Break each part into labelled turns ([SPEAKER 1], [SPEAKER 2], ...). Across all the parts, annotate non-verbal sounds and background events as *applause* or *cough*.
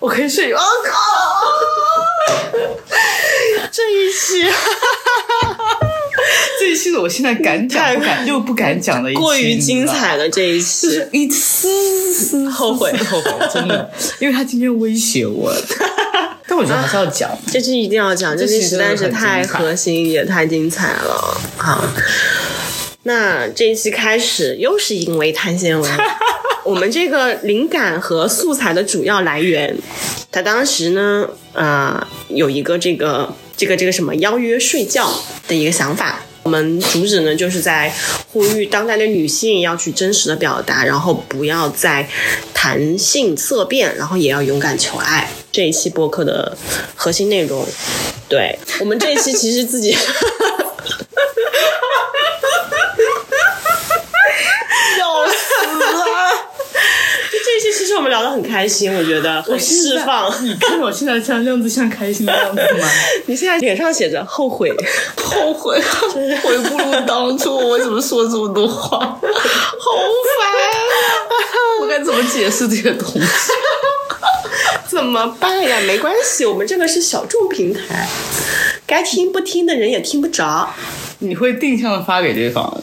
[SPEAKER 1] 回去，我靠！这
[SPEAKER 2] *laughs*
[SPEAKER 1] 一期
[SPEAKER 2] *laughs* 这一期是我现在敢讲不敢又不敢讲的一期，
[SPEAKER 1] 过于精
[SPEAKER 2] 你知道吧，
[SPEAKER 1] 彩了，这
[SPEAKER 2] 就
[SPEAKER 1] 一期
[SPEAKER 2] 是一次
[SPEAKER 1] 后悔。
[SPEAKER 2] 后悔，真的， *laughs* 因为他今天威胁 *laughs* 我，但我觉得还是要讲。
[SPEAKER 1] 这期一定要讲，这
[SPEAKER 2] 这期
[SPEAKER 1] 期实在是太
[SPEAKER 2] 真的很精彩
[SPEAKER 1] 核心也太精彩了。好，那这一期开始又是因为碳纤
[SPEAKER 2] *laughs*
[SPEAKER 1] 维， *laughs* 我们这个灵感和素材的主要来源，他当时呢，呃，有一个这个这个这个什么邀约睡觉的一个想法。我们主旨呢，就是在呼吁当代的女性要去真实的表达，然后不要再谈性色变，然后也要勇敢求爱。这一期播客的核心内容，对我们这一期其实 *laughs* 自己这一期其实我们聊得很开心，我觉得很释放。
[SPEAKER 2] 你看我哎现在像样子，像开心的样子吗？
[SPEAKER 1] 你现在脸上写着后悔，
[SPEAKER 2] *laughs* 后悔，悔不如当初，我怎么说这么多话，好烦、 *laughs* 我该怎么解释这个东 *laughs* 西？
[SPEAKER 1] 怎么办呀？没关系，我们这个是小众平台，该听不听的人也听不着。
[SPEAKER 2] 你会定向的发给对方，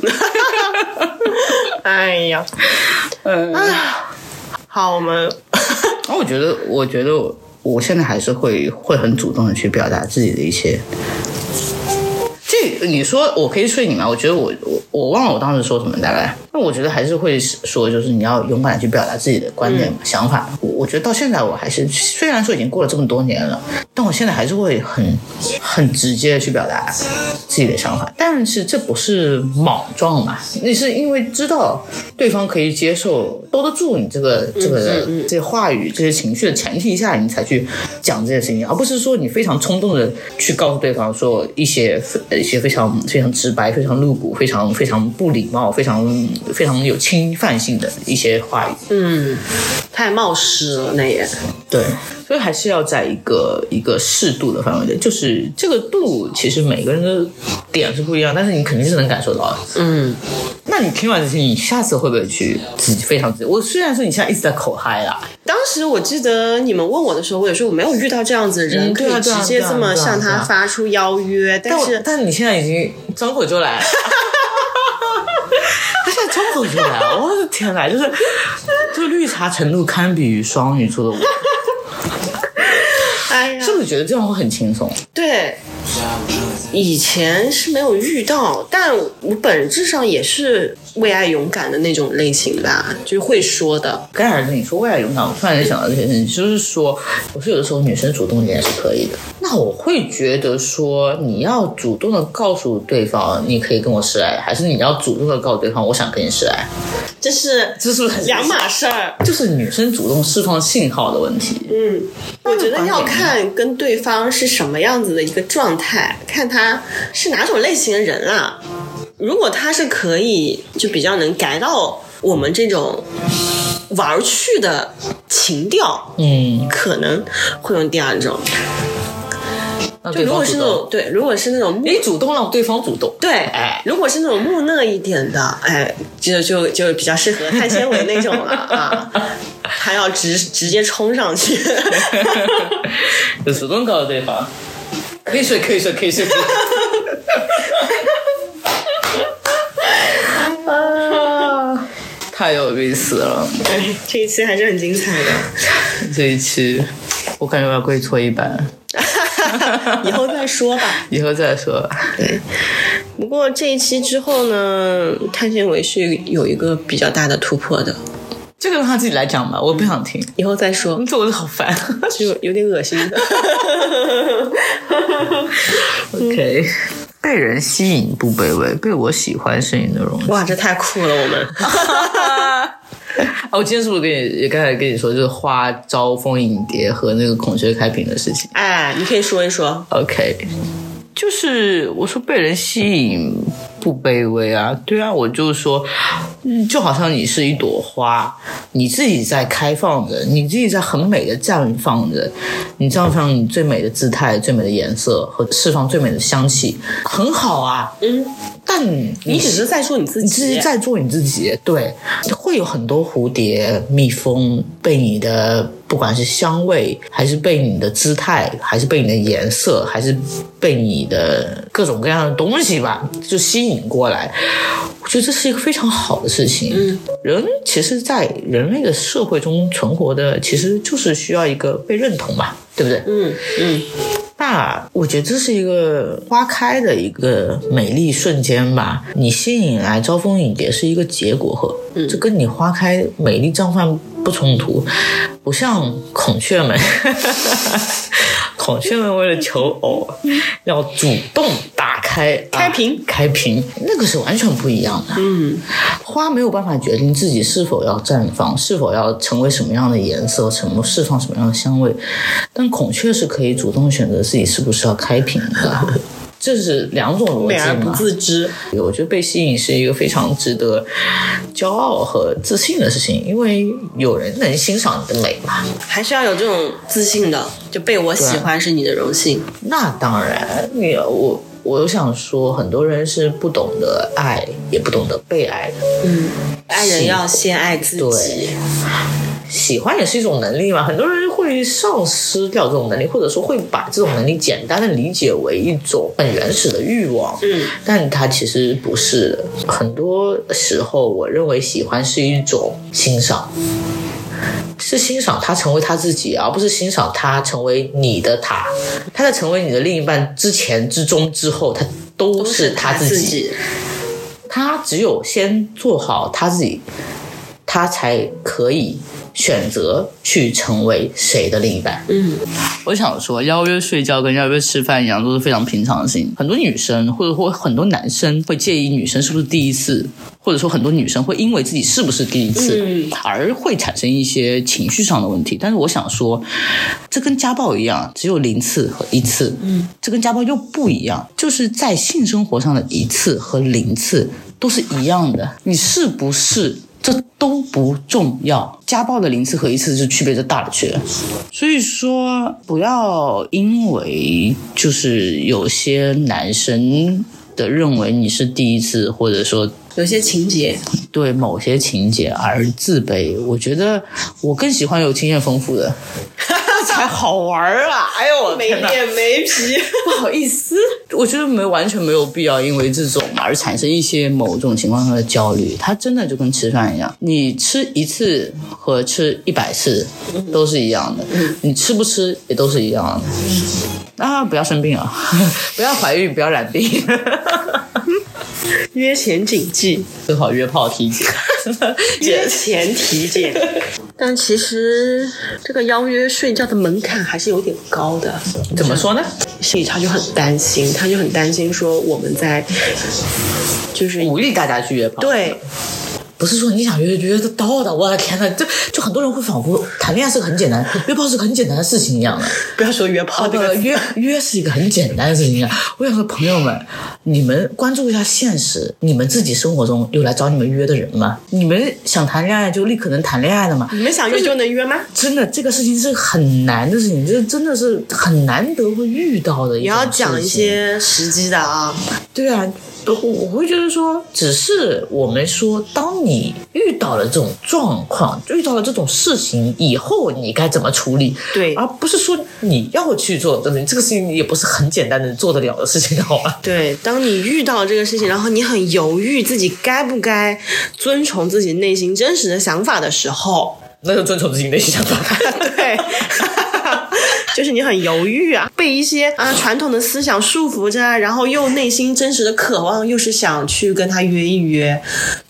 [SPEAKER 1] *laughs*
[SPEAKER 2] *laughs*
[SPEAKER 1] 哎呀，
[SPEAKER 2] 嗯，
[SPEAKER 1] 好，我 *laughs* 们
[SPEAKER 2] 那我觉得，我觉得我我现在还是会会很主动的去表达自己的一些。这你说我可以睡你吗？我觉得我我我忘了我当时说什么大概。那我觉得还是会说，就是你要勇敢的去表达自己的观点、想法。我我觉得到现在我还是，虽然说已经过了这么多年了，但我现在还是会很很直接的去表达自己的想法。但是这不是莽撞嘛？你是因为知道对方可以接受、兜得住你这个这个、这些话语、这些情绪的前提下，你才去讲这些事情，而不是说你非常冲动的去告诉对方说一些呃一些非常非常直白、非常露骨、非常非常不礼貌、非常非常有侵犯性的一些话语。
[SPEAKER 1] 太冒失了，那也
[SPEAKER 2] 对，所以还是要在一个一个适度的范围内，就是这个度，其实每个人的点是不一样，但是你肯定是能感受到的。
[SPEAKER 1] 嗯，
[SPEAKER 2] 那你听完这些，你下次会不会去自己非常自己？我虽然说你现在一直在口嗨啦，
[SPEAKER 1] 当时我记得你们问我的时候，我也说我没有遇到这样子的人，
[SPEAKER 2] 嗯
[SPEAKER 1] 可
[SPEAKER 2] 对啊
[SPEAKER 1] 以直接
[SPEAKER 2] 对啊
[SPEAKER 1] 这么
[SPEAKER 2] 对啊
[SPEAKER 1] 向
[SPEAKER 2] 对
[SPEAKER 1] 他
[SPEAKER 2] 啊
[SPEAKER 1] 发出邀约，
[SPEAKER 2] 但
[SPEAKER 1] 但
[SPEAKER 2] 我
[SPEAKER 1] 是
[SPEAKER 2] 但你现在已经张口就来了。 *laughs* 他现在张口就来，我的天哪！就是，这个绿茶程度堪比于双鱼座的我，
[SPEAKER 1] 哎呀
[SPEAKER 2] 是，不是觉得这样会很轻松？
[SPEAKER 1] 对，以前是没有遇到，但我本质上也是为爱勇敢的那种类型吧，就是会说的。
[SPEAKER 2] 刚才你说未来勇敢，我突然就想到这件事情，就是说，我说有的时候女生主动一点是可以的。那我会觉得说，你要主动的告诉对方你可以跟我示爱，还是你要主动的告诉对方我想跟你示爱？
[SPEAKER 1] 这是
[SPEAKER 2] 这是不是很
[SPEAKER 1] 两？码事儿。
[SPEAKER 2] 就是女生主动释放信号的问题。
[SPEAKER 1] 嗯，我觉得要
[SPEAKER 2] 观点呢
[SPEAKER 1] 看跟对方是什么样子的一个状态，看他是哪种类型的人啦、如果他是可以，就比较能 get 到我们这种玩儿去的情调，
[SPEAKER 2] 嗯，
[SPEAKER 1] 可能会用第二种。
[SPEAKER 2] 那
[SPEAKER 1] 就
[SPEAKER 2] 对
[SPEAKER 1] 如
[SPEAKER 2] 方
[SPEAKER 1] 果是
[SPEAKER 2] 主
[SPEAKER 1] 那
[SPEAKER 2] 动，
[SPEAKER 1] 种对，如果是那种木
[SPEAKER 2] 你主动让对方主 *laughs* 动，
[SPEAKER 1] 对
[SPEAKER 2] 哎，
[SPEAKER 1] 如果是那种木讷一点的，哎，就就就比较适合碳纤维那种了
[SPEAKER 2] *laughs*
[SPEAKER 1] 啊，他要直直接冲上去。
[SPEAKER 2] 就主动告诉对方，可以睡，可以睡，可以 *laughs* 睡。可以睡太有意思了。
[SPEAKER 1] 哎这一期还是很精彩
[SPEAKER 2] 这一期，我感觉我要跪搓衣板，
[SPEAKER 1] 的， *laughs* 以后再说吧。
[SPEAKER 2] 以后再说。
[SPEAKER 1] 不过这一期之后呢，碳纤维是有一个比较大的突破的，
[SPEAKER 2] 这个让他自己来讲吧，我不想听。
[SPEAKER 1] 以后再说，
[SPEAKER 2] 这我就好烦。
[SPEAKER 1] 就有点恶心的。 *laughs*
[SPEAKER 2] OK，被人吸引不卑微，被我喜欢是你的荣幸。
[SPEAKER 1] 哇，这太酷了，我们。 *laughs*
[SPEAKER 2] *laughs* 啊，我今天是不是跟你也刚才跟你说，就是花招蜂引蝶和那个孔雀开屏的事情
[SPEAKER 1] 哎，你可以说一说，
[SPEAKER 2] ？OK，就是我说被人吸引不卑微啊，对啊，我就说，嗯就好像你是一朵花，你自己在开放着，你自己在很美的绽放着，你绽放你最美的姿态、最美的颜色和释放最美的香气，很好啊。
[SPEAKER 1] 嗯，
[SPEAKER 2] 但你
[SPEAKER 1] 你只是在说你自己，
[SPEAKER 2] 你自己在做你自己，对，会有很多蝴蝶、蜜蜂被你的不管是香味，还是被你的姿态，还是被你的颜色，还是被你的各种各样的东西吧，就吸引过来。我觉得这是一个非常好的事情。嗯，人其实，在人类的社会中存活的，其实就是需要一个被认同嘛，对不对？
[SPEAKER 1] 嗯嗯，
[SPEAKER 2] 那我觉得这是一个花开的一个美丽瞬间吧。你吸引来招蜂引蝶是一个结果和，
[SPEAKER 1] 嗯
[SPEAKER 2] 这跟你花开美丽绽放不冲突，不像孔雀们， *laughs* 孔雀们为了求偶要主动打开
[SPEAKER 1] 开屏
[SPEAKER 2] 啊开屏，那个是完全不一样的。
[SPEAKER 1] 嗯，
[SPEAKER 2] 花没有办法决定自己是否要绽放，是否要成为什么样的颜色，什么释放什么样的香味，但孔雀是可以主动选择自己是不是要开屏 *laughs* 的。这是两种逻
[SPEAKER 1] 美而
[SPEAKER 2] 辑
[SPEAKER 1] 不
[SPEAKER 2] 嘛？
[SPEAKER 1] 自知。
[SPEAKER 2] 我觉得被吸引是一个非常值得骄傲和自信的事情，因为有人能欣赏你的美嘛。
[SPEAKER 1] 还是要有这种自信的，就被我喜欢是你的荣幸。
[SPEAKER 2] 那当然，你我我想说，很多人是不懂得爱，也不懂得被爱的。
[SPEAKER 1] 爱人要先爱自己
[SPEAKER 2] 对，喜欢也是一种能力嘛，很多人会丧失掉这种能力，或者说会把这种能力简单的理解为一种很原始的欲望。
[SPEAKER 1] 嗯，
[SPEAKER 2] 但它其实不是的。很多时候，我认为喜欢是一种欣赏，是欣赏他成为他自己，而不是欣赏他成为你的他。他在成为你的另一半之前、之中、之后，他都
[SPEAKER 1] 都
[SPEAKER 2] 是他
[SPEAKER 1] 自
[SPEAKER 2] 自己。他只有先做好他自己，他才可以选择去成为谁的另一半。
[SPEAKER 1] 嗯，
[SPEAKER 2] 我想说，邀约睡觉跟邀约吃饭一样，都是非常平常的事情。很多女生或者或很多男生会介意女生是不是第一次，或者说很多女生会因为自己是不是第一次、
[SPEAKER 1] 嗯
[SPEAKER 2] 而会产生一些情绪上的问题。但是我想说，这跟家暴一样，只有零次和一次。嗯，这跟家暴又不一样，就是在性生活上的一次和零次都是一样的。你是不是？这都不重要，家暴的零次和一次就区别就大了去了。所以说，不要因为就是有些男生的认为你是第一次，或者说
[SPEAKER 1] 有些情节，
[SPEAKER 2] 对某些情节而自卑。我觉得我更喜欢有经验丰富的， *laughs* 才好玩儿啊！哎呦，我
[SPEAKER 1] 没
[SPEAKER 2] 天哪！
[SPEAKER 1] 脸没皮，
[SPEAKER 2] *laughs* 不好意思，我觉得没完全没有必要因为这种而产生一些某种情况上的焦虑。它真的就跟吃饭一样，你吃一次和吃一百次都是一样的，你吃不吃也都是一样的。啊，不要生病啊！ *laughs* 不要怀孕，不要染病， *laughs*
[SPEAKER 1] 约前谨记，
[SPEAKER 2] 最好约炮体检。
[SPEAKER 1] 约前体检。 *laughs* 但其实这个邀约睡觉的门槛还是有点高的，
[SPEAKER 2] 怎么说呢？
[SPEAKER 1] 所以他就很担心，他就很担心说我们在就是
[SPEAKER 2] 鼓励大家去约炮。
[SPEAKER 1] 对
[SPEAKER 2] 不是说你想约就约得到的，我的天呐，就就很多人会仿佛谈恋爱是个很简单，约炮是个很简单的事情一样的。
[SPEAKER 1] 不要说哦约炮
[SPEAKER 2] 啊，
[SPEAKER 1] 这
[SPEAKER 2] 不
[SPEAKER 1] 个，
[SPEAKER 2] 约 *laughs* 约是一个很简单的事情啊！我想说，朋友们，你们关注一下现实，你们自己生活中有来找你们约的人吗？你们想谈恋爱就立刻能谈恋爱的吗？
[SPEAKER 1] 你们想约就能约吗？
[SPEAKER 2] 真的，这个事情是很难的事情，这真的是很难得会遇到的。你
[SPEAKER 1] 你要讲一，些实际的啊，
[SPEAKER 2] 对啊，我我会觉得说，只是我们说，当你遇到了这种状况，遇到了这种事情以后，你该怎么处理？
[SPEAKER 1] 对
[SPEAKER 2] 而不是说你要去做，真的这个事情也不是很简单的做得了的事情，好吧？ *laughs*
[SPEAKER 1] 对，当你遇到这个事情，然后你很犹豫自己该不该遵从自己内心真实的想法的时候，
[SPEAKER 2] 那就遵从自己内心想法。
[SPEAKER 1] 对， *laughs* 就是你很犹豫啊，被一些啊传统的思想束缚着啊，然后又内心真实的渴望，又是想去跟他约一约，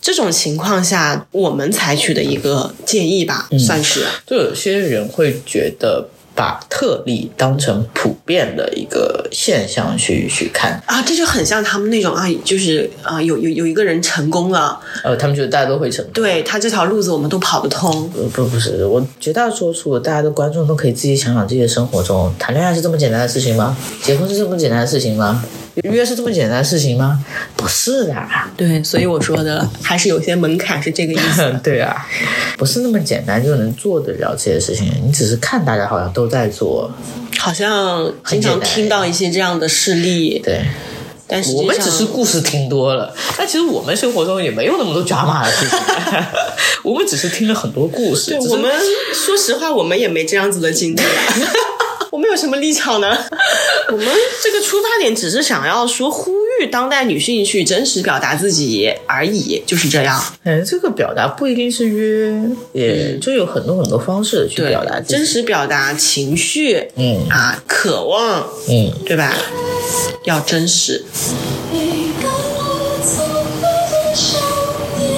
[SPEAKER 1] 这种情况下，我们采取的一个建议吧，算是
[SPEAKER 2] 就有些人会觉得把特例当成普遍的一个现象去去看，
[SPEAKER 1] 啊，这就很像他们那种啊，就是啊，有有有一个人成功了，
[SPEAKER 2] 呃，他们觉得大家都会成功。
[SPEAKER 1] 对他这条路子我们都跑得通，
[SPEAKER 2] 呃不不是，我绝大多数大家的观众都可以自己想想自己的生活中，谈恋爱是这么简单的事情吗？结婚是这么简单的事情吗？约是这么简单的事情吗？不是
[SPEAKER 1] *laughs*
[SPEAKER 2] 的，
[SPEAKER 1] 对，所以我说的还是有些门槛，是这个意 *laughs* 思。
[SPEAKER 2] 对啊，不是那么简单就能做得了这些事情。你只是看大家好像都在做，
[SPEAKER 1] 好像经
[SPEAKER 2] 很简
[SPEAKER 1] 常
[SPEAKER 2] 单
[SPEAKER 1] 听到一些这样的事例，
[SPEAKER 2] 对
[SPEAKER 1] 但实际
[SPEAKER 2] 我
[SPEAKER 1] 上
[SPEAKER 2] 们只是故事听多了，但其实我们生活中也没有那么多 drama 的事
[SPEAKER 1] *laughs*
[SPEAKER 2] 情，我们只是听了很多故事。只是
[SPEAKER 1] 我们说实话，我们也没这样子的经历、啊。 *laughs* 我们有什么立场呢？ *laughs* 我们这个出发点只是想要说呼吁当代女性去真实表达自己而已，就是这样。
[SPEAKER 2] 嗯，这个表达不一定是约，也就有很多很多方式去表达自己
[SPEAKER 1] 嗯真实表达情绪，
[SPEAKER 2] 嗯
[SPEAKER 1] 啊，渴望，
[SPEAKER 2] 嗯，
[SPEAKER 1] 对吧？要真实。
[SPEAKER 3] 被感动苍白的少年，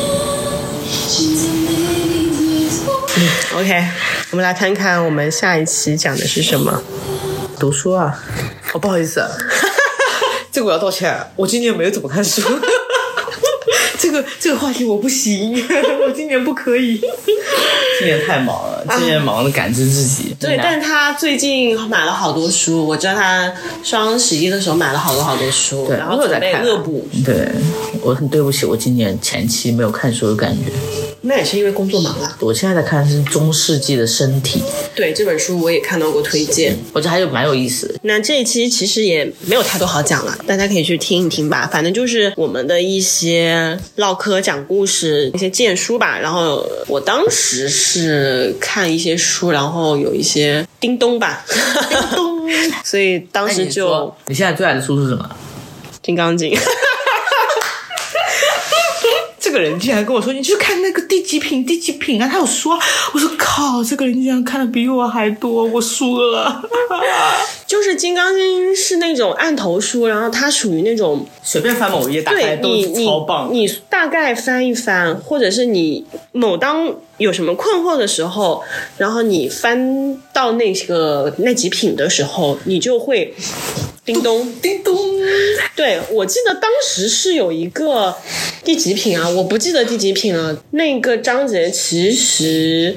[SPEAKER 3] 选择美丽归途。
[SPEAKER 1] OK，我们来看看我们下一期讲的是什么。
[SPEAKER 2] 读书啊，哦，不好意思、
[SPEAKER 1] *laughs*
[SPEAKER 2] 啊，这个我要道歉，
[SPEAKER 1] 啊
[SPEAKER 2] 我今年没有怎么看书。这个这个话题我不
[SPEAKER 1] *laughs*
[SPEAKER 2] 行，我今年不可以。 *laughs* 今年太忙了，今年忙的感知自己。
[SPEAKER 1] 对，但是他最近买了好多书，我知道他双十一的时候买了好多好多书，
[SPEAKER 2] 对
[SPEAKER 1] 然后
[SPEAKER 2] 我有
[SPEAKER 1] 准
[SPEAKER 2] 在
[SPEAKER 1] 备
[SPEAKER 2] 看啊
[SPEAKER 1] 恶补。
[SPEAKER 2] 对我很对不起，我今年前期没有看书的感觉。
[SPEAKER 1] 那也是因为工作忙啦。
[SPEAKER 2] 我现在在看的是中世纪的身体，
[SPEAKER 1] 对这本书我也看到过推荐。
[SPEAKER 2] 我觉得还有蛮有意思的。
[SPEAKER 1] 那这一期其实也没有太多好讲了，大家可以去听一听吧。反正就是我们的一些唠嗑、讲故事、一些荐书吧。然后我当时是看一些书，然后有一些叮咚吧，叮咚， *laughs* 所以当时就
[SPEAKER 2] 你现在最爱的书是什么？
[SPEAKER 1] 《金刚经》。
[SPEAKER 2] 这个人竟然跟我说：“你去看那个第几品，第几品啊！”他有说，我说：“靠，这个人竟然看的比我还多，我输了。 *laughs*
[SPEAKER 1] 就是《金刚经》是那种案头书，然后它属于那种”
[SPEAKER 2] 随便翻某一页，打
[SPEAKER 1] 对你你你大概翻一翻，或者是你某当有什么困惑的时候，然后你翻到那个那几品的时候，你就会叮咚。
[SPEAKER 2] 叮咚，
[SPEAKER 1] 对我记得当时是有一个第几品啊，我不记得第几品了、那个章节其实，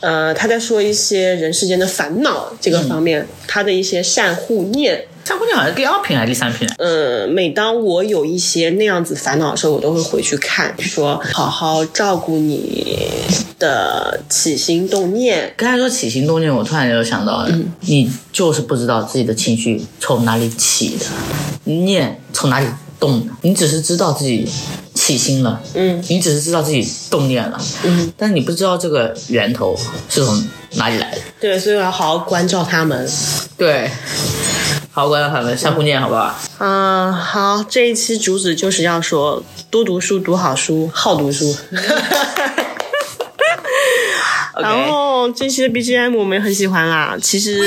[SPEAKER 1] 呃，他在说一些人世间的烦恼
[SPEAKER 2] 嗯
[SPEAKER 1] 这个方面，他的一些善护念。
[SPEAKER 2] 三姑娘好像第二品还是第三品啊？
[SPEAKER 1] 呃，每当我有一些那样子烦恼的时候，我都会回去看，说好好照顾你的起心动念。
[SPEAKER 2] 刚才说起心动念，我突然有想到，你就是不知道自己的情绪从哪里起的，念从哪里动的，你只是知道自己起心了，
[SPEAKER 1] 嗯，
[SPEAKER 2] 你只是知道自己动念了，嗯，但你不知道这个源头是从哪里来的。
[SPEAKER 1] 对，所以我要好好关照他们。
[SPEAKER 2] 对，好，关照他们，相互念，好不好？
[SPEAKER 1] 嗯、好，这一期主旨就是要说多读书，读好书，好读书。然
[SPEAKER 2] 哦
[SPEAKER 1] 后这期的 BGM 我们也很喜欢啦，其实，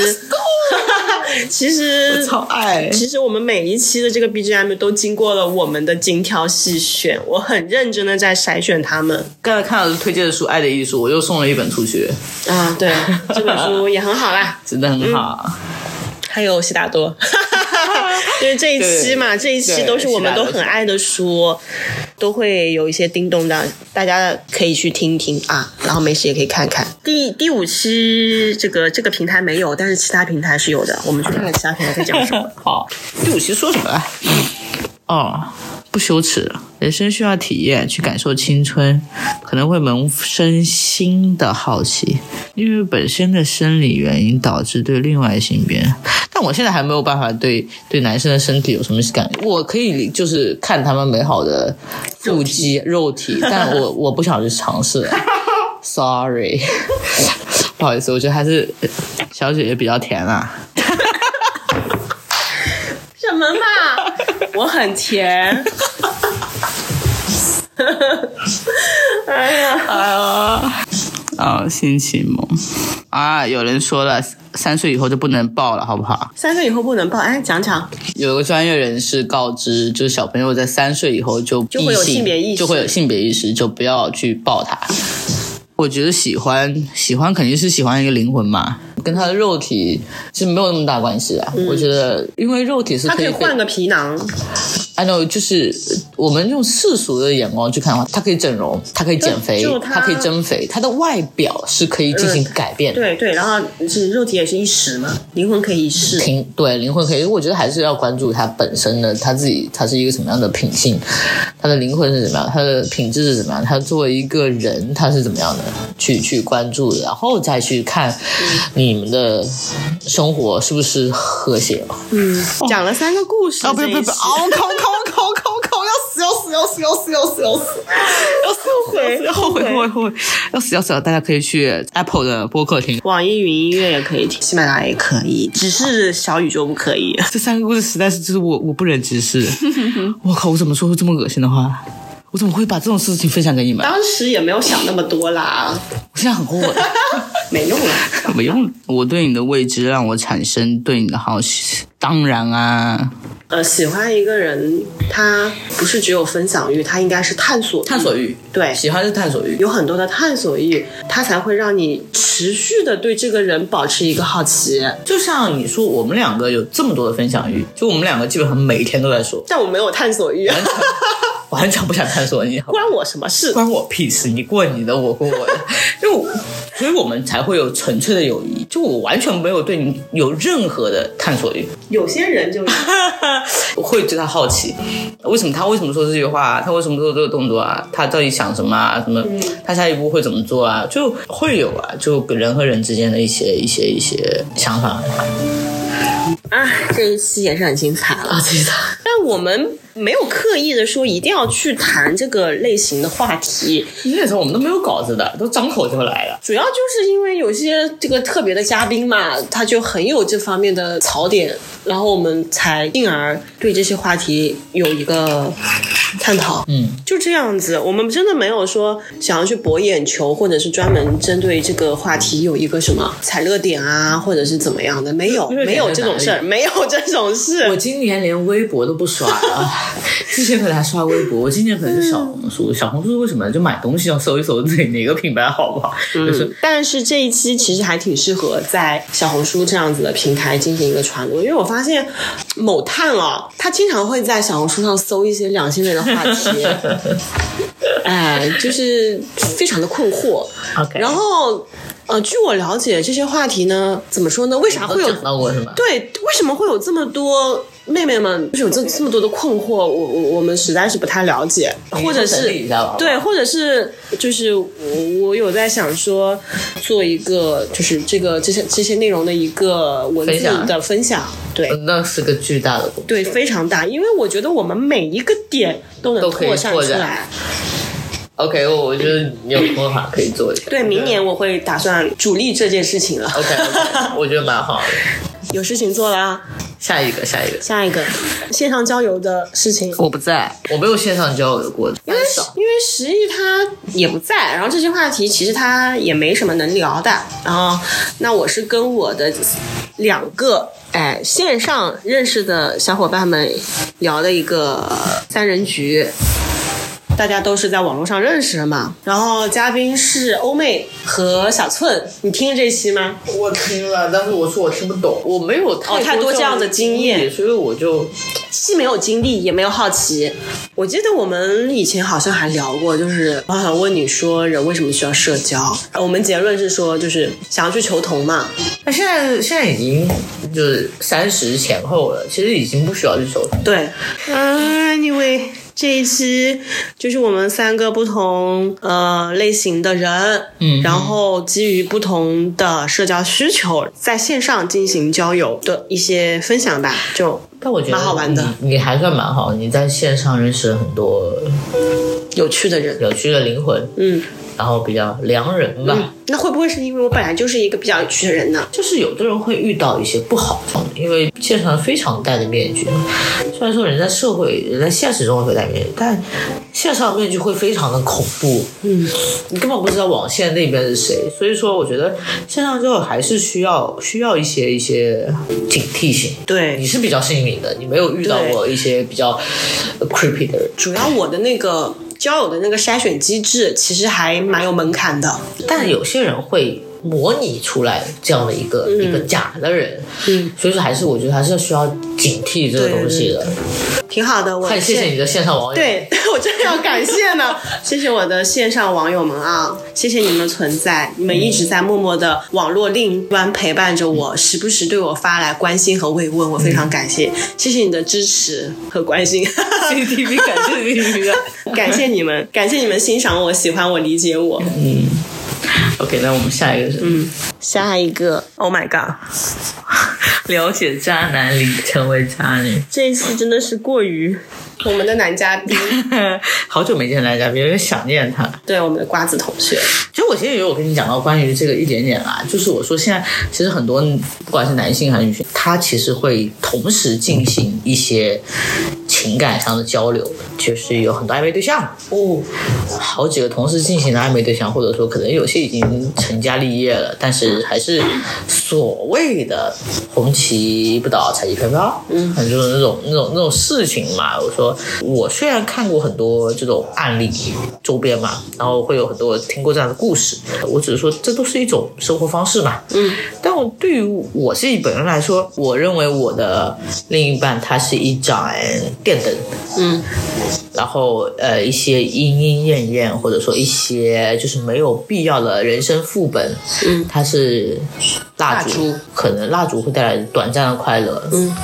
[SPEAKER 1] *laughs* 其实
[SPEAKER 2] 爱
[SPEAKER 1] 其实我们每一期的这个 BGM 都经过了我们的精挑细选，我很认真的在筛选他们。
[SPEAKER 2] *laughs* 刚才看到推荐的书《爱的艺术》，我又送了一本出去，
[SPEAKER 1] 啊，对，这本书也很好啦。
[SPEAKER 2] 真的很好。
[SPEAKER 1] *laughs* 还有悉达 *laughs* 多，就是这一期嘛，
[SPEAKER 2] 对
[SPEAKER 1] 这一期都是我们都很爱的书，都会有一些叮咚的，大家可以去听一听啊，然后没事也可以看看。第第五期这个这个平台没有，但是其他平台是有的，我们去看看其他平台在讲什么。
[SPEAKER 2] *laughs* 好，第五期说什么啊来？哦，不羞耻，人生需要体验，去感受青春，可能会萌生新的好奇，因为本身的生理原因导致对另外性别。但我现在还没有办法对对男生的身体有什么感觉，我可以就是看他们美好的腹肌肉体，但 *laughs* 我我不想去尝试。Sorry，不好意思，我觉得还是小姐姐比较甜啊。
[SPEAKER 1] 什么嘛？
[SPEAKER 2] *laughs*
[SPEAKER 1] 我很甜。哎呀，
[SPEAKER 2] 啊，性启蒙啊，有人说了，三岁以后就不能抱了，好不好？
[SPEAKER 1] 三岁以后不能抱，哎，讲讲。
[SPEAKER 2] 有个专业人士告知，就是小朋友在三岁以后就
[SPEAKER 1] 就会有性别意识
[SPEAKER 2] 就会有性别意识，就不要去抱他。我觉得喜欢喜欢肯定是喜欢一个灵魂嘛，跟他的肉体其实没有那么大关系啊。我觉得，因为肉体是
[SPEAKER 1] 嗯他可
[SPEAKER 2] 以
[SPEAKER 1] 以
[SPEAKER 2] 被
[SPEAKER 1] 换个皮囊，
[SPEAKER 2] I know，就是我们用世俗的眼光去看的话，它可以整容，它可以减肥
[SPEAKER 1] 就嗯就，它
[SPEAKER 2] 它可以增肥，它的外表是可以进行改变的。
[SPEAKER 1] 对对，然后是肉体也是一时嘛，灵魂可以一世。
[SPEAKER 2] 挺对灵魂可以，我觉得还是要关注他本身的他自己，他是一个什么样的品性，他的灵魂是怎么样，他的品质是怎么样，他作为一个人他是怎么样的，去去关注，然后再去看你们的生活是不是和谐。哦
[SPEAKER 1] 讲了三个故事，
[SPEAKER 2] 啊，不
[SPEAKER 1] 这
[SPEAKER 2] 是
[SPEAKER 1] 一
[SPEAKER 2] 不是不
[SPEAKER 1] 期
[SPEAKER 2] *laughs* 是，嗷口口口口口，要死要死要死要死要死要死，
[SPEAKER 1] *laughs*
[SPEAKER 2] 要死要死要死后悔后悔后悔，要死要死了！大家可以去 Apple 的播客听。
[SPEAKER 1] 网易云音乐也可以听，喜马拉雅也可以，只是小宇宙不可以。
[SPEAKER 2] 这三个故事实在是就是我我不忍直 *laughs* 视，我靠！我怎么说出这么恶心的话？我怎么会把这种事情分享给你们？
[SPEAKER 1] 当时也没有想那么多啦，
[SPEAKER 2] 我现在很后 *laughs* 悔，
[SPEAKER 1] 没用啦。
[SPEAKER 2] 没用了。我对你的未知让我产生对你的好奇。当然啊，
[SPEAKER 1] 呃，喜欢一个人，他不是只有分享欲，他应该是探索欲
[SPEAKER 2] 探索欲，
[SPEAKER 1] 对
[SPEAKER 2] 哎喜欢是探索欲。
[SPEAKER 1] 有很多的探索欲，它才会让你持续的对这个人保持一个好奇。
[SPEAKER 2] 就像你说，我们两个有这么多的分享欲，就我们两个基本上每天都在说，
[SPEAKER 1] 但我没有探索欲，
[SPEAKER 2] 完全完全不想探索你好吧。
[SPEAKER 1] 关我什么事？
[SPEAKER 2] 关我屁事！你过你的，我过我的， *laughs* 因为我所以我们才会有纯粹的友谊。就我完全没有对你有任何的探索欲，
[SPEAKER 1] 有些人就是
[SPEAKER 2] 我会对他好奇，为什么他为什么说这句话啊、他为什么做这个动作啊？他到底想什么啊？什么？他下一步会怎么做啊？就会有啊，就人和人之间的一些一些一些想法。
[SPEAKER 1] *laughs* 啊，这一期也是很精彩了。
[SPEAKER 2] 啊，这是他。
[SPEAKER 1] 但我们没有刻意的说一定要去谈这个类型的话题，
[SPEAKER 2] 那时候我们都没有稿子的，都张口就来了。
[SPEAKER 1] 主要就是因为有些这个特别的嘉宾嘛，他就很有这方面的槽点，然后我们才进而对这些话题有一个探讨。
[SPEAKER 2] 嗯，
[SPEAKER 1] 就这样子，我们真的没有说想要去博眼球，或者是专门针对这个话题有一个什么踩热点啊，或者是怎么样的，没有，
[SPEAKER 2] 热点在
[SPEAKER 1] 没有这种事儿，没有这种
[SPEAKER 2] 我
[SPEAKER 1] 事。
[SPEAKER 2] 今年连微博都不刷 *laughs* 了，之前可能还刷微博，我今年可能是小红书。小红书为什么就买东西要搜一搜自己哪个品牌好不好？就是
[SPEAKER 1] 但是这一期其实还挺适合在小红书这样子的平台进行一个传播，因为我发现某探啊，他经常会在小红书上搜一些两性类的
[SPEAKER 2] *laughs*
[SPEAKER 1] 话题，哎，就是非常的困惑。
[SPEAKER 2] OK，
[SPEAKER 1] 然后，呃，据我了解，这些话题呢，怎么说呢？为啥
[SPEAKER 2] 都
[SPEAKER 1] 会有
[SPEAKER 2] 讲到过是吗？
[SPEAKER 1] 对，为什么会有这么多妹妹们就是有这这么多的困惑？我我我们实在是不太了解，或者
[SPEAKER 2] 整理一
[SPEAKER 1] 是
[SPEAKER 2] 下吧
[SPEAKER 1] 对，或者是就是我我有在想说做一个就是这个这些这些内容的一个文
[SPEAKER 2] 分
[SPEAKER 1] 字
[SPEAKER 2] 享嗯
[SPEAKER 1] 的分享，对。
[SPEAKER 2] 那是个巨大的工作。
[SPEAKER 1] 对，非常大，因为我觉得我们每一个点都能
[SPEAKER 2] 都可以
[SPEAKER 1] 扩散
[SPEAKER 2] 拓
[SPEAKER 1] 出
[SPEAKER 2] 展
[SPEAKER 1] 来。
[SPEAKER 2] OK，我我觉得你有方法可以做一下。
[SPEAKER 1] 对，明年我会打算主力这件事情了。
[SPEAKER 2] OK，我觉得蛮好的。
[SPEAKER 1] *laughs* 有事情做了啊。
[SPEAKER 2] 下一个，下一个，
[SPEAKER 1] 下一个线上交友的事情，
[SPEAKER 2] 我不在，我没有线上交友过，因
[SPEAKER 1] 因为因为十一他也不在，然后这些话题其实他也没什么能聊的。然后，那我是跟我的两个哎线上认识的小伙伴们聊的一个三人局。大家都是在网络上认识的嘛，然后嘉宾是欧妹和小寸，你听了这期吗？
[SPEAKER 2] 我听了，但是我说我听不懂，我没有
[SPEAKER 1] 哦太多这样的经验
[SPEAKER 2] 所以我就
[SPEAKER 1] 既没有经历，也没有好奇。我记得我们以前好像还聊过，就是我好像问你说人为什么需要社交，我们结论是说就是想要去求同嘛。
[SPEAKER 2] 那现在现在已经就是三十前后了，其实已经不需要去手动。
[SPEAKER 1] 对，嗯、因为这一期就是我们三个不同呃类型的人，
[SPEAKER 2] 嗯
[SPEAKER 1] 然后基于不同的社交需求，在线上进行交友的一些分享吧，就
[SPEAKER 2] 但我觉得
[SPEAKER 1] 蛮好玩的
[SPEAKER 2] 你，你还算蛮好。你在线上认识了很多
[SPEAKER 1] 有趣的人，
[SPEAKER 2] 有趣的灵魂，
[SPEAKER 1] 嗯
[SPEAKER 2] 然后比较良人吧。
[SPEAKER 1] 嗯，那会不会是因为我本来就是一个比较有趣的人呢？
[SPEAKER 2] 就是有的人会遇到一些不好的，因为线上非常戴着面具。虽然说人在社会、人在现实中会戴面具，但线上面具会非常的恐怖。
[SPEAKER 1] 嗯，
[SPEAKER 2] 你根本不知道网线那边是谁，所以说我觉得线上之后还是需要需要一些一些警惕性。
[SPEAKER 1] 对
[SPEAKER 2] 你是比较幸运的，你没有遇到过一些比较呃 creepy 的人。
[SPEAKER 1] 主要我的那个交友的那个筛选机制其实还蛮有门槛的，
[SPEAKER 2] 但有些人会
[SPEAKER 4] 模拟出来这样的一
[SPEAKER 2] 嗯
[SPEAKER 4] 个、一个假的人，
[SPEAKER 1] 嗯，
[SPEAKER 4] 所以说还是我觉得还是要需要警惕这个东西的。
[SPEAKER 1] 挺好的。我
[SPEAKER 4] 太谢谢你的线上网友，，
[SPEAKER 1] 对 *laughs* 我真的要感谢呢， *laughs* 谢谢我的线上网友们啊，谢谢你们的存在，你们一直在默默的网络另一端陪伴着我，时不时对我发来关心和慰问，我非常感谢，谢谢你的支持和关心，
[SPEAKER 2] C T V 感谢 C T V 啊。
[SPEAKER 1] *laughs* 感谢你们，感谢你们欣赏我、喜欢我、理解我。
[SPEAKER 2] OK，那我们下一个是，嗯
[SPEAKER 1] 下一个，Oh my god，
[SPEAKER 2] *laughs* 了解渣男里成为渣女。
[SPEAKER 4] *laughs*
[SPEAKER 1] 这一次真的是过于我们的男嘉宾，
[SPEAKER 2] 好久没见男嘉宾，有点想念他。
[SPEAKER 1] 对我们的瓜子同学，
[SPEAKER 2] 其实我前几天有跟你讲到关于这个一点点啦，就是我说现在其实很多不管是男性还是女性，他其实会同时进行一些情感上的交流，就是有很多暧昧对象哦，好几个同时进行的暧昧对象，或者说可能有些已经成家立业了，但是还是所谓的红旗不倒彩旗飘飘，嗯，就是那种那种那种事情嘛。我说我虽然看过很多这种案例周边嘛，然后会有很多听过这样的故事，我只是说这都是一种生活方式嘛，嗯。但我对于我自己本人来说，我认为我的另一半他是一盏电灯，嗯然后呃一些莺莺燕燕，或者说一些就是没有必要的人生副本，嗯，它是蜡烛，可能蜡烛会带来短暂的快乐，嗯，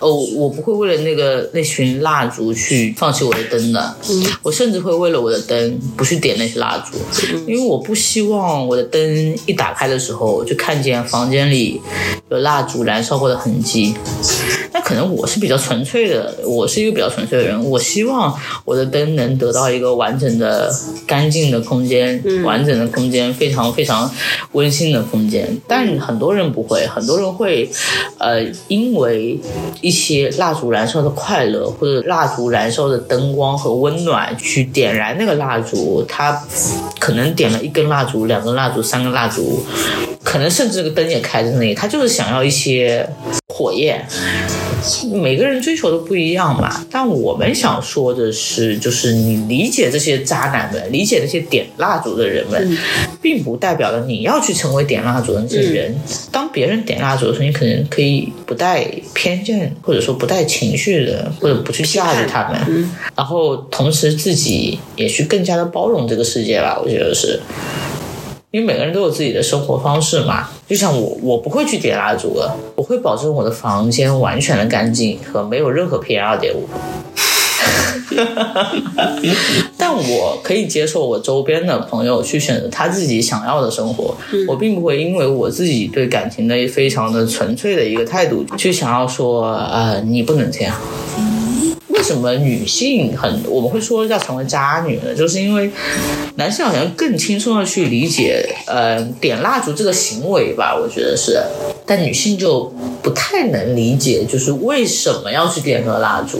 [SPEAKER 2] 哦，我不会为了那个那群蜡烛去放弃我的灯的，嗯，我甚至会为了我的灯不去点那些蜡烛，因为我不希望我的灯一打开的时候就看见房间里有蜡烛燃烧过的痕迹，那可能我是比较纯粹的，我是一个比较纯粹的人，我希望我的灯能得到一个完整的、干净的空间，完整的空间，非常非常温馨的空间。但很多人不会，很多人会，呃，因为一些蜡烛燃烧的快乐，或者蜡烛燃烧的灯光和温暖，去点燃那个蜡烛，它可能点了一根蜡烛、两根蜡烛、三根蜡烛，可能甚至这个灯也开在那里，他就是想要一些火焰。每个人追求的不一样嘛，但我们想说的是，就是你理解这些渣男们，理解那些点蜡烛的人们，并不代表着你要去成为点蜡烛的那些人。当别人点蜡烛的时候，你可能可以不带偏见，或者说不带情绪的，或者不去驾驭他们，然后同时自己也去更加的包容这个世界吧。我觉得是。因为每个人都有自己的生活方式嘛。就像我，我不会去点蜡烛的，我会保证我的房间完全的干净和没有任何 PM 二点五。 *laughs* 但我可以接受我周边的朋友去选择他自己想要的生活，我并不会因为我自己对感情的非常的纯粹的一个态度去想要说，呃，你不能这样。为什么女性很我们会说要成为渣女呢？就是因为男性好像更轻松的去理解，呃，点蜡烛这个行为吧，我觉得是，但女性就不太能理解，就是为什么要去点个蜡烛？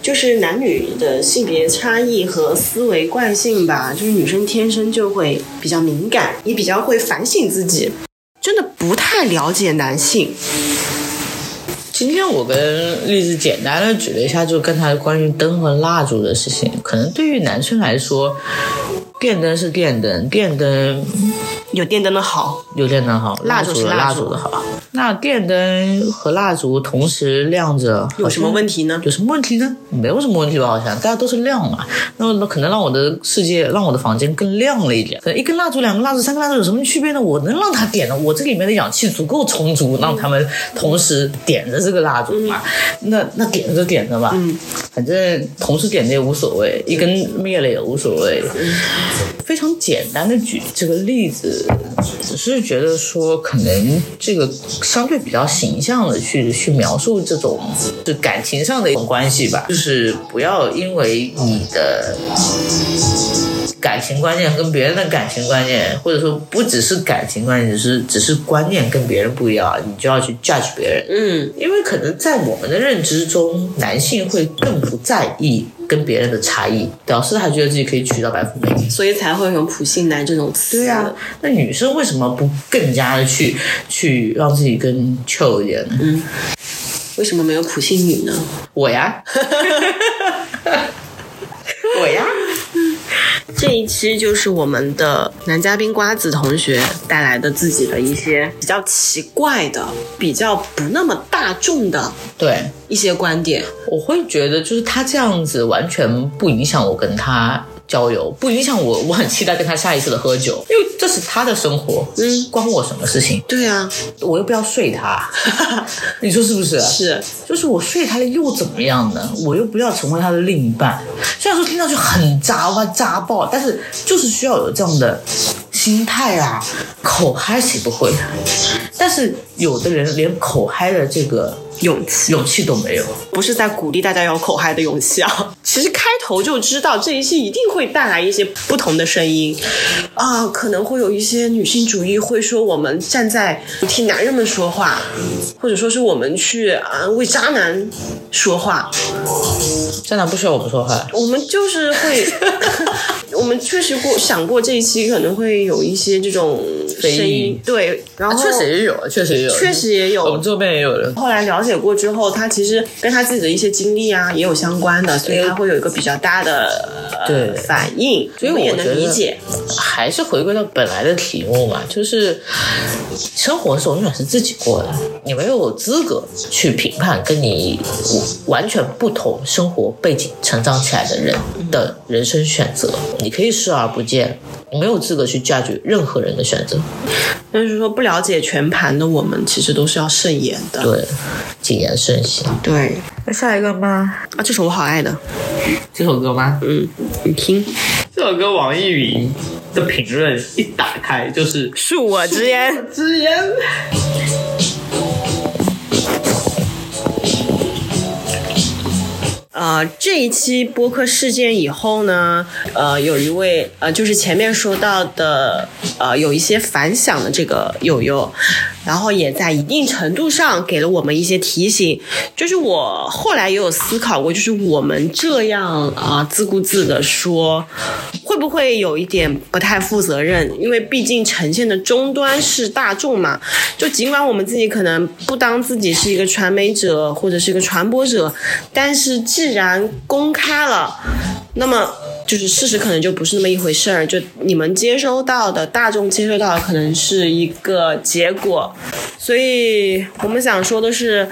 [SPEAKER 1] 就是男女的性别差异和思维惯性吧，就是女生天生就会比较敏感，也比较会反省自己，真的不太了解男性。
[SPEAKER 2] 今天我跟栗子简单的举了一下，就刚才关于灯和蜡烛的事情，可能对于男生来说，电灯是电灯，电灯
[SPEAKER 1] 有电灯的好，
[SPEAKER 2] 有电灯好，
[SPEAKER 1] 蜡烛
[SPEAKER 2] 烛
[SPEAKER 1] 是
[SPEAKER 2] 有
[SPEAKER 1] 蜡
[SPEAKER 2] 蜡
[SPEAKER 1] 烛
[SPEAKER 2] 的好。那电灯和蜡烛同时亮着，
[SPEAKER 1] 有什么问题呢？
[SPEAKER 2] 有什么问题呢？没有什么问题吧，好像大家都是亮嘛。那么可能让我的世界，让我的房间更亮了一点。可能一根蜡烛、两根蜡烛、三根蜡烛有什么区别呢？我能让它点的，我这里面的氧气足够充足，让他们同时点着这个蜡烛嘛。那那点着就点着吧，反正同时点着也无所谓，一根灭了也无所谓。非常简单的举这个例子，只是觉得说，可能这个相对比较形象的去去描述这种就感情上的一种关系吧，就是不要因为你的感情观念跟别人的感情观念，或者说不只是感情观念，只是只是观念跟别人不一样，你就要去 judge 别人。
[SPEAKER 1] 嗯，
[SPEAKER 2] 因为可能在我们的认知中，男性会更不在意跟别人的差异，屌丝还觉得自己可以娶到白富美。
[SPEAKER 1] 所以才会有普信男这种词。
[SPEAKER 2] 对啊，那女生为什么不更加的去去让自己更 chill 一点呢？
[SPEAKER 1] 为什么没有普信女呢？
[SPEAKER 2] 我呀，我呀，
[SPEAKER 1] 这一期就是我们的男嘉宾瓜子同学带来的自己的一些比较奇怪的、比较不那么大众的
[SPEAKER 2] *laughs* 对，
[SPEAKER 1] 一些观点。
[SPEAKER 2] 我会觉得就是他这样子完全不影响我跟他交友，不影响我，我很期待跟他下一次的喝酒，因为这是他的生活，嗯，关我什么事情？
[SPEAKER 1] 对啊，
[SPEAKER 2] 我又不要睡他， *laughs* 你说是啊不是？
[SPEAKER 1] *laughs* 是
[SPEAKER 2] 就是我睡他了又怎么样呢？我又不要成为他的另一半。虽然说听上去很渣哇渣爆，但是就是需要有这样的心态啊。口嗨谁不会？但是有的人连口嗨的这个
[SPEAKER 1] 勇
[SPEAKER 2] *laughs*
[SPEAKER 1] 气，
[SPEAKER 2] 勇气都没有。
[SPEAKER 1] 不是在鼓励大家有口嗨的勇气啊。 *laughs* 其实开头就知道这一期一定会带来一些不同的声音，啊，可能会有一些女性主义会说我们站在替男人们说话，或者说是我们去啊为渣男说话，
[SPEAKER 2] 渣男不需要我们说话，
[SPEAKER 1] 我们就是会， *laughs* 我们确实过想过这一期可能会有一些这种声
[SPEAKER 2] 非
[SPEAKER 1] 音
[SPEAKER 2] 议，
[SPEAKER 1] 对，然后
[SPEAKER 2] 啊确实也有，确实也有，
[SPEAKER 1] 确实也有
[SPEAKER 2] 我们这边也有人。
[SPEAKER 1] 后来了解过之后，他其实跟他自己的一些经历啊也有相关的，所以他会有一个比较大的、呃
[SPEAKER 2] 对
[SPEAKER 1] 反应，
[SPEAKER 2] 所以
[SPEAKER 1] 我
[SPEAKER 2] 我
[SPEAKER 1] 也
[SPEAKER 2] 觉
[SPEAKER 1] 能
[SPEAKER 2] 得
[SPEAKER 1] 理解。
[SPEAKER 2] 还是回归到本来的题目嘛，就是生活是永远是自己过的，你没有资格去评判跟你完全不同生活背景成长起来的人的人生选择，你可以视而不见，你没有资格去 judge 任何人的选择。
[SPEAKER 1] 但是说不了解全盘的我们，其实都是要慎言的。
[SPEAKER 2] 对，谨言慎行。
[SPEAKER 1] 对
[SPEAKER 2] 那下一个吗？
[SPEAKER 1] 啊，这首我好爱的，
[SPEAKER 5] 这首歌吗？
[SPEAKER 1] 嗯，你听，
[SPEAKER 5] 这首歌网易云的评论一打开就是
[SPEAKER 1] 恕我直言，
[SPEAKER 5] 直言，
[SPEAKER 1] 呃，这一期播客事件以后呢，呃，有一位呃，就是前面说到的，呃，有一些反响的这个友友，然后也在一定程度上给了我们一些提醒。就是我后来也有思考过，就是我们这样啊、自顾自的说，会不会有一点不太负责任？因为毕竟呈现的终端是大众嘛，就尽管我们自己可能不当自己是一个传媒者或者是一个传播者，但是既然公开了，那么就是事实可能就不是那么一回事儿。就你们接收到的大众接收到的可能是一个结果，所以我们想说的是，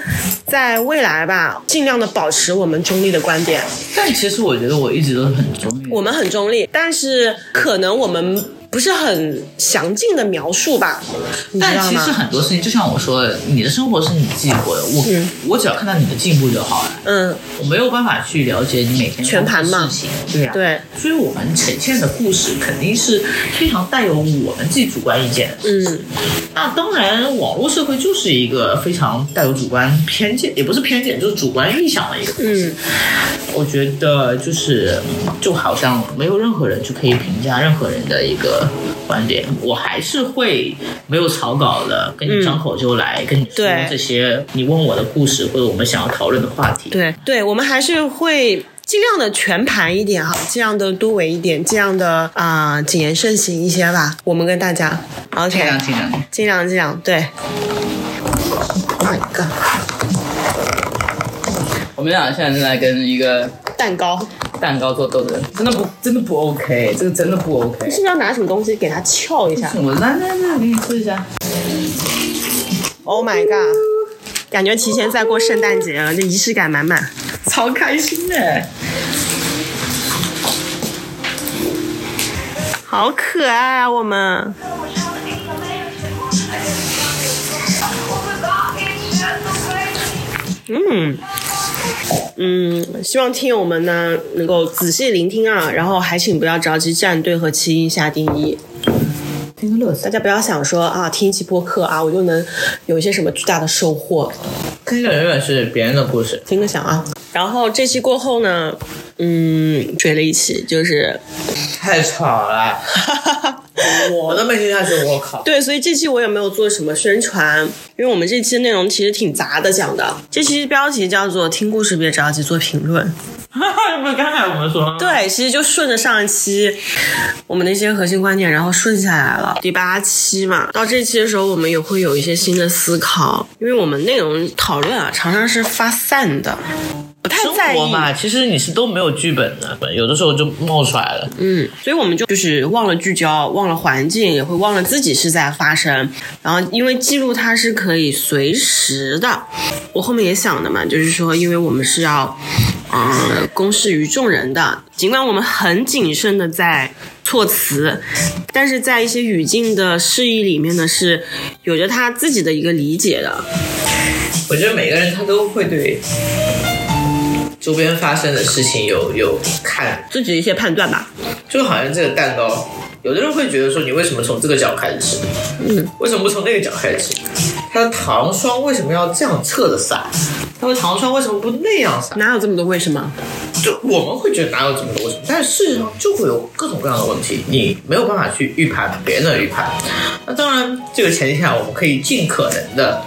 [SPEAKER 1] 在未来吧，尽量的保持我们中立的观点。
[SPEAKER 2] 但其实我觉得我一直都很中意
[SPEAKER 1] 我们很中立，但是可能我们不是很详尽的描述吧，你知
[SPEAKER 2] 但
[SPEAKER 1] 道
[SPEAKER 2] 其实
[SPEAKER 1] 吗？
[SPEAKER 2] 很多事情，就像我说的，你的生活是你自己过的，我、我只要看到你的进步就好了，
[SPEAKER 1] 嗯，
[SPEAKER 2] 我没有办法去了解你每天
[SPEAKER 1] 全盘
[SPEAKER 2] 做的
[SPEAKER 1] 嘛
[SPEAKER 2] 事情，对啊，
[SPEAKER 1] 对，
[SPEAKER 2] 所以我们呈现的故事肯定是非常带有我们自己主观意见的。
[SPEAKER 1] 嗯，
[SPEAKER 2] 那当然，网络社会就是一个非常带有主观偏见，也不是偏见，就是主观臆想的一个东西。
[SPEAKER 1] 嗯
[SPEAKER 2] 我觉得就是就好像没有任何人就可以评价任何人的一个观点，我还是会没有草稿的，跟你张口就来，跟你说
[SPEAKER 1] 对
[SPEAKER 2] 这些你问我的故事或者我们想要讨论的话题。
[SPEAKER 1] 对对，我们还是会。尽量的全盘一点哈，尽量的多维一点，尽量的啊、呃谨言慎行一些吧。我们跟大家
[SPEAKER 2] 尽量
[SPEAKER 1] ，OK，
[SPEAKER 2] 尽量。
[SPEAKER 1] 尽量尽量，对，Oh
[SPEAKER 5] 我们俩现在正在跟一个
[SPEAKER 1] 蛋糕。
[SPEAKER 5] 蛋糕做斗争，真的不真的不 OK，这个真的不 OK
[SPEAKER 1] 你。是不是要拿什么东西给它撬一下
[SPEAKER 5] 我来来来，我给你试一下。
[SPEAKER 1] ？Oh my god！感觉提前在过圣诞节了，这仪式感满满。
[SPEAKER 5] 超开心的。
[SPEAKER 1] 好可爱啊，我们。嗯。嗯，希望听友们呢能够仔细聆听啊，然后还请不要着急站队和七音下定义，
[SPEAKER 2] 听个乐
[SPEAKER 1] 大
[SPEAKER 2] 子，
[SPEAKER 1] 家不要想说啊听一期播客啊我就能有一些什么巨大的收获，
[SPEAKER 2] 听的永远是别人的故事。
[SPEAKER 1] 听个响啊。然后这期过后呢，嗯，追了一期就是 *laughs*
[SPEAKER 2] 太吵了，我都没听下去，我靠！
[SPEAKER 1] 对，所以这期我也没有做什么宣传，因为我们这期内容其实挺杂的讲的。这期标题叫做“听故事别着急做评论
[SPEAKER 2] *laughs* 不是刚才我们说”，，
[SPEAKER 1] 对，
[SPEAKER 6] 哦
[SPEAKER 1] 其实就顺着上一期我们的一些核心观点，然后顺下来了。第八期嘛，到这期的时候，我们也会有一些新的思考，因为我们内容讨论啊，常常是发散的。不太太在
[SPEAKER 6] 生活
[SPEAKER 1] 意
[SPEAKER 6] 嘛，其实你是都没有剧本的，有的时候就冒出来了。
[SPEAKER 1] 嗯，所以我们就就是忘了聚焦，忘了环境，也会忘了自己是在发生。然后，因为记录它是可以随时的，我后面也想的嘛，就是说，因为我们是要，嗯，公示于众人的。尽管我们很谨慎的在措辞，但是在一些语境的释义里面呢，是有着他自己的一个理解的。
[SPEAKER 2] 我觉得每个人他都会对周边发生的事情有有看，
[SPEAKER 1] 自己的一些判断吧，
[SPEAKER 2] 就好像这个蛋糕，有的人会觉得说你为什么从这个角开始吃，嗯，为什么不从那个角开始吃？它的糖霜为什么要这样侧着撒？它的糖霜为什么不那样撒？
[SPEAKER 1] 哪有这么多为什么？
[SPEAKER 2] 就我们会觉得哪有这么多为什么，但事实上就会有各种各样的问题，你没有办法去预判别人的预判。那当然，这个前提下，我们可以尽可能的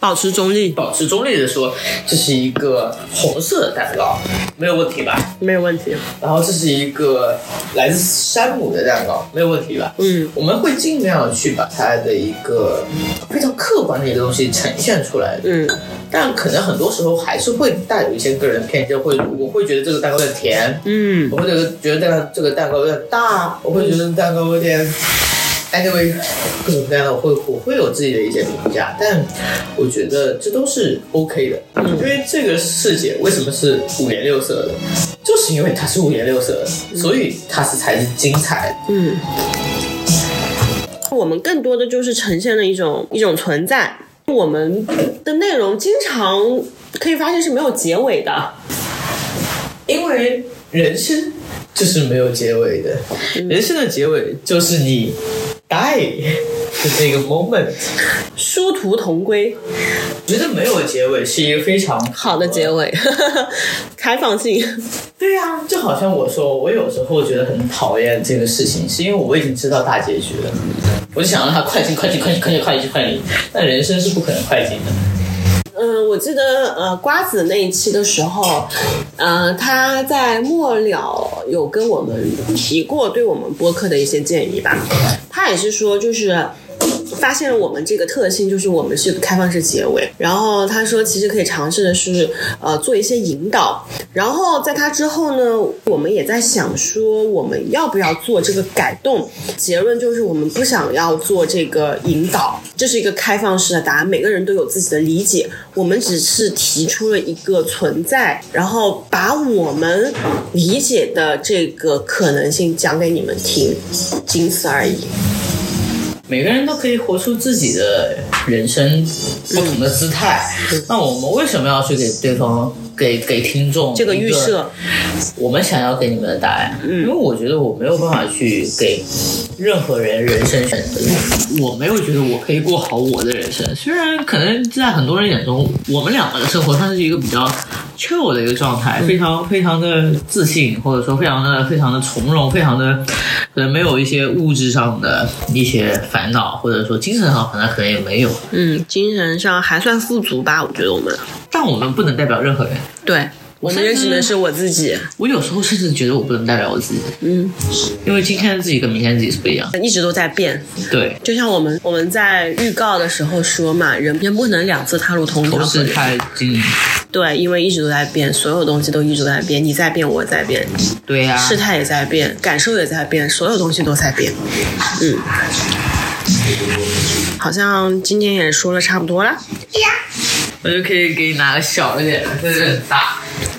[SPEAKER 1] 保持中立
[SPEAKER 2] 保持中立的说，这是一个红色的蛋糕，没有问题吧？
[SPEAKER 1] 没有问题。
[SPEAKER 2] 然后这是一个来自山姆的蛋糕，没有问题吧？
[SPEAKER 1] 嗯，
[SPEAKER 2] 我们会尽量去把它的一个非常客观的一个东西呈现出来，
[SPEAKER 1] 嗯，
[SPEAKER 2] 但可能很多时候还是会带有一些个人偏见，会我会觉得这个蛋糕有点甜，
[SPEAKER 1] 嗯，
[SPEAKER 2] 我会觉得觉得蛋糕这个蛋糕有点大，我会觉得蛋糕有点。anyway，各种各样的，我会我会有自己的一些评价，但我觉得这都是 OK 的，
[SPEAKER 1] 嗯
[SPEAKER 2] 因为这个世界为什么是五颜六色的，就是因为它是五颜六色的，所以它是才是精彩的。
[SPEAKER 1] 嗯，我们更多的就是呈现了一种一种存在。我们的内容经常可以发现是没有结尾的，
[SPEAKER 2] 因为人生就是没有结尾的，
[SPEAKER 1] 嗯
[SPEAKER 2] 人生的结尾就是你 die 的那个 moment。
[SPEAKER 1] 殊途同归，
[SPEAKER 2] 觉得没有结尾是一个非常
[SPEAKER 1] 好的结。尾， *laughs* 开放性。
[SPEAKER 2] 对呀、就好像我说，我有时候觉得很讨厌这个事情，是因为我已经知道大结局了，我就想让它快进、快进、快进、快进、快进、快进。但人生是不可能快进的。
[SPEAKER 1] 嗯，我记得呃，瓜子那一期的时候，呃，他在末了有跟我们提过对我们播客的一些建议吧。他也是说，就是发现了我们这个特性，就是我们是开放式结尾。然后他说，其实可以尝试的是呃做一些引导。然后在他之后呢，我们也在想说，我们要不要做这个改动？结论就是我们不想要做这个引导，这是一个开放式的答案，每个人都有自己的理解。我们只是提出了一个存在，然后把我们理解的这个可能性讲给你们听，仅此而已。
[SPEAKER 2] 每个人都可以活出自己的人生不同的姿态。那我们为什么要去给对方、给给听众
[SPEAKER 1] 这个预
[SPEAKER 2] 一
[SPEAKER 1] 设，
[SPEAKER 2] 我们想要给你们的答案，因为我觉得我没有办法去给任何人人生选择，我没有觉得我可以过好我的人生。虽然可能在很多人眼中，我们两个的生活算是一个比较 chill 的一个状态，非常非常的自信，或者说非常的非常的从容，非常的可能没有一些物质上的一些烦恼，或者说精神上反正可能也没有。
[SPEAKER 1] 嗯，精神上还算富足吧，我觉得我们
[SPEAKER 2] 但我们不能代表任何人，
[SPEAKER 1] 对。我们
[SPEAKER 2] 甚
[SPEAKER 1] 认识的
[SPEAKER 2] 至
[SPEAKER 1] 是我自己，
[SPEAKER 2] 我有时候甚至觉得我不能代表我自己，
[SPEAKER 1] 嗯，
[SPEAKER 2] 因为今天的自己跟明天的自己是不一样的。
[SPEAKER 1] 一直都在变。
[SPEAKER 2] 对，
[SPEAKER 1] 就像我们我们在预告的时候说嘛，人人不能两次踏入同一条
[SPEAKER 2] 同
[SPEAKER 1] 河
[SPEAKER 2] 时
[SPEAKER 1] 流。
[SPEAKER 2] 太近，
[SPEAKER 1] 对，因为一直都在变，所有东西都一直都在变，你在变，我在变，
[SPEAKER 2] 对啊呀、
[SPEAKER 1] 事态也在变，感受也在变，所有东西都在变。嗯，好像今天也说了差不多了，
[SPEAKER 2] 我就可以给你拿个小一点的，但是很大。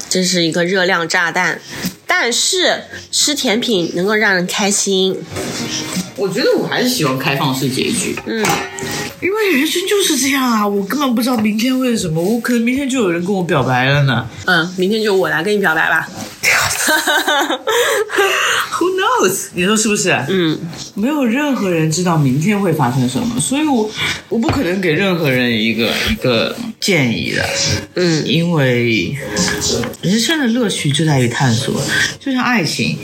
[SPEAKER 1] 这是一个热量炸弹，但是吃甜品能够让人开心。
[SPEAKER 2] 我觉得我还是喜欢开放式结局，
[SPEAKER 1] 嗯，
[SPEAKER 2] 因为人生就是这样啊，我根本不知道明天会是什么，我可能明天就有人跟我表白了呢。
[SPEAKER 1] 嗯，明天就我来跟你表白吧。
[SPEAKER 2] Who knows？你说是不是？
[SPEAKER 1] *laughs* 嗯，
[SPEAKER 2] 没有任何人知道明天会发生什么，所以我我不可能给任何人一个一个建议的。
[SPEAKER 1] 嗯，
[SPEAKER 2] 因为人生的乐趣就在于探索，就像爱情。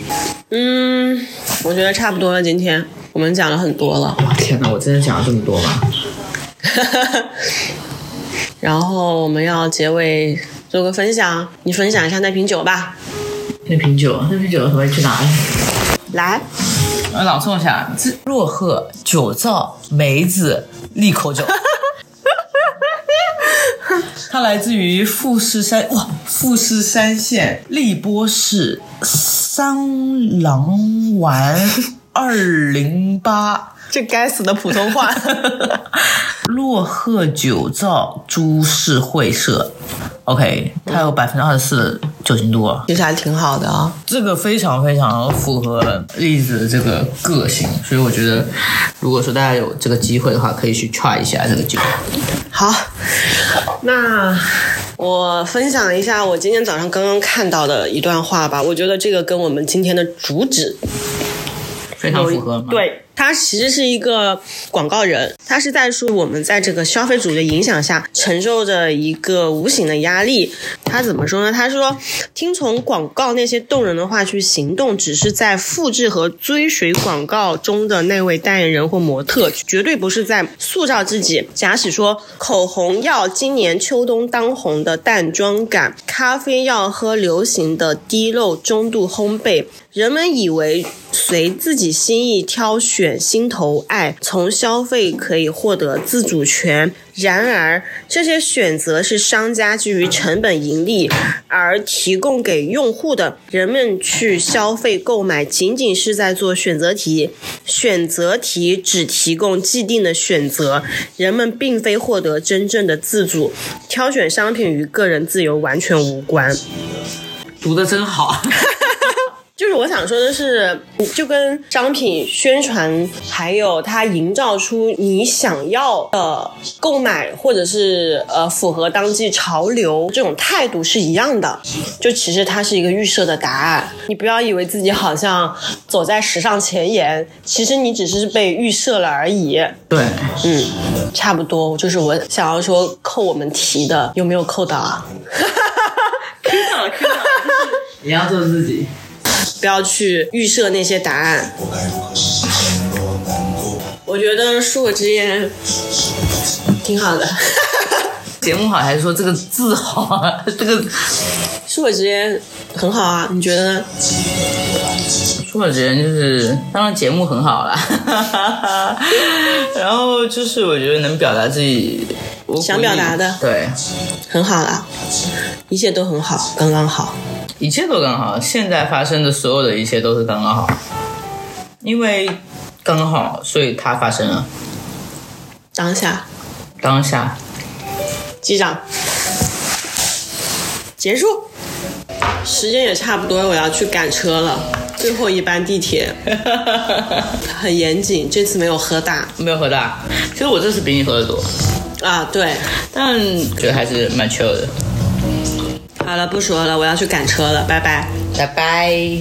[SPEAKER 1] 嗯，我觉得差不多了，今天我们讲了很多了。 *laughs*
[SPEAKER 2] 天哪，我真的讲了这么多吗？
[SPEAKER 1] 然后我们要结尾做个分享，你分享一下那瓶酒吧。
[SPEAKER 2] 那瓶酒，那瓶酒回去拿呀。
[SPEAKER 1] 来，
[SPEAKER 7] 呃
[SPEAKER 2] 我朗诵一下：这洛鹤、酒造、梅子、利口酒。
[SPEAKER 7] 它来自于富士山哇，富士山县荔波市三郎丸二零八。这该死的普通
[SPEAKER 1] *laughs*
[SPEAKER 7] 话！洛鹤酒造株式会社，OK，它有百分之二十四酒精度，啊
[SPEAKER 8] 其实还挺好的啊。
[SPEAKER 7] 这个非常非常符合栗子的这个个性，
[SPEAKER 2] 所以我觉得，如果说大家有这个机会的话，可以去 try 一下这个酒。
[SPEAKER 1] 好，那我分享一下我今天早上刚刚看到的一段话吧，我觉得这个跟我们今天的主旨
[SPEAKER 2] 非常符合吗？，
[SPEAKER 1] 对，他其实是一个广告人，他是在说我们在这个消费主义的影响下承受着一个无形的压力。他怎么说呢？他说，听从广告那些动人的话去行动，只是在复制和追随广告中的那位代言人或模特，绝对不是在塑造自己。假使说口红要今年秋冬当红的淡妆感，咖啡要喝流行的低漏中度烘焙，人们以为随自己心意挑选心头爱，从消费可以获得自主权。然而，这些选择是商家基于成本盈利而提供给用户的。人们去消费购买，仅仅是在做选择题。选择题只提供既定的选择，人们并非获得真正的自主。挑选商品与个人自由完全无关。
[SPEAKER 2] 读的真好。
[SPEAKER 1] 就是我想说的是，就跟商品宣传，还有它营造出你想要的购买，或者是呃符合当季潮流这种态度是一样的。就其实它是一个预设的答案，你不要以为自己好像走在时尚前沿，其实你只是被预设了而已。
[SPEAKER 9] 对，
[SPEAKER 1] 嗯，差不多，就是我想要说扣我们题的，有没有扣到啊？ *laughs*
[SPEAKER 2] 你要做自己，
[SPEAKER 1] 不要去预设那些答案。我觉得恕我直言，挺好的。 *laughs*
[SPEAKER 2] 节目好还是说这个字好啊？ *laughs* 这个
[SPEAKER 1] 恕我直言，很好啊。你觉得呢？
[SPEAKER 2] 说我觉得就是，当然节目很好啦， *laughs* 然后就是我觉得能表达自己我
[SPEAKER 1] 想表达的
[SPEAKER 2] 对，
[SPEAKER 1] 很好啦，一切都很好，刚刚好。
[SPEAKER 2] 一切都刚好，现在发生的所有的一切都是刚刚好，因为刚刚好，所以它发生了
[SPEAKER 1] 当下，
[SPEAKER 2] 当下。 *laughs*
[SPEAKER 1] 击掌，结束。时间也差不多，我要去赶车了。最后一班地铁，很严谨。这次没有喝大
[SPEAKER 2] 没有喝大，其实我这次比你喝的多，
[SPEAKER 1] 啊。对，
[SPEAKER 2] 但觉得还是蛮 chill 的。
[SPEAKER 1] 好了，不说了，我要去赶车了，拜拜。
[SPEAKER 9] 拜拜。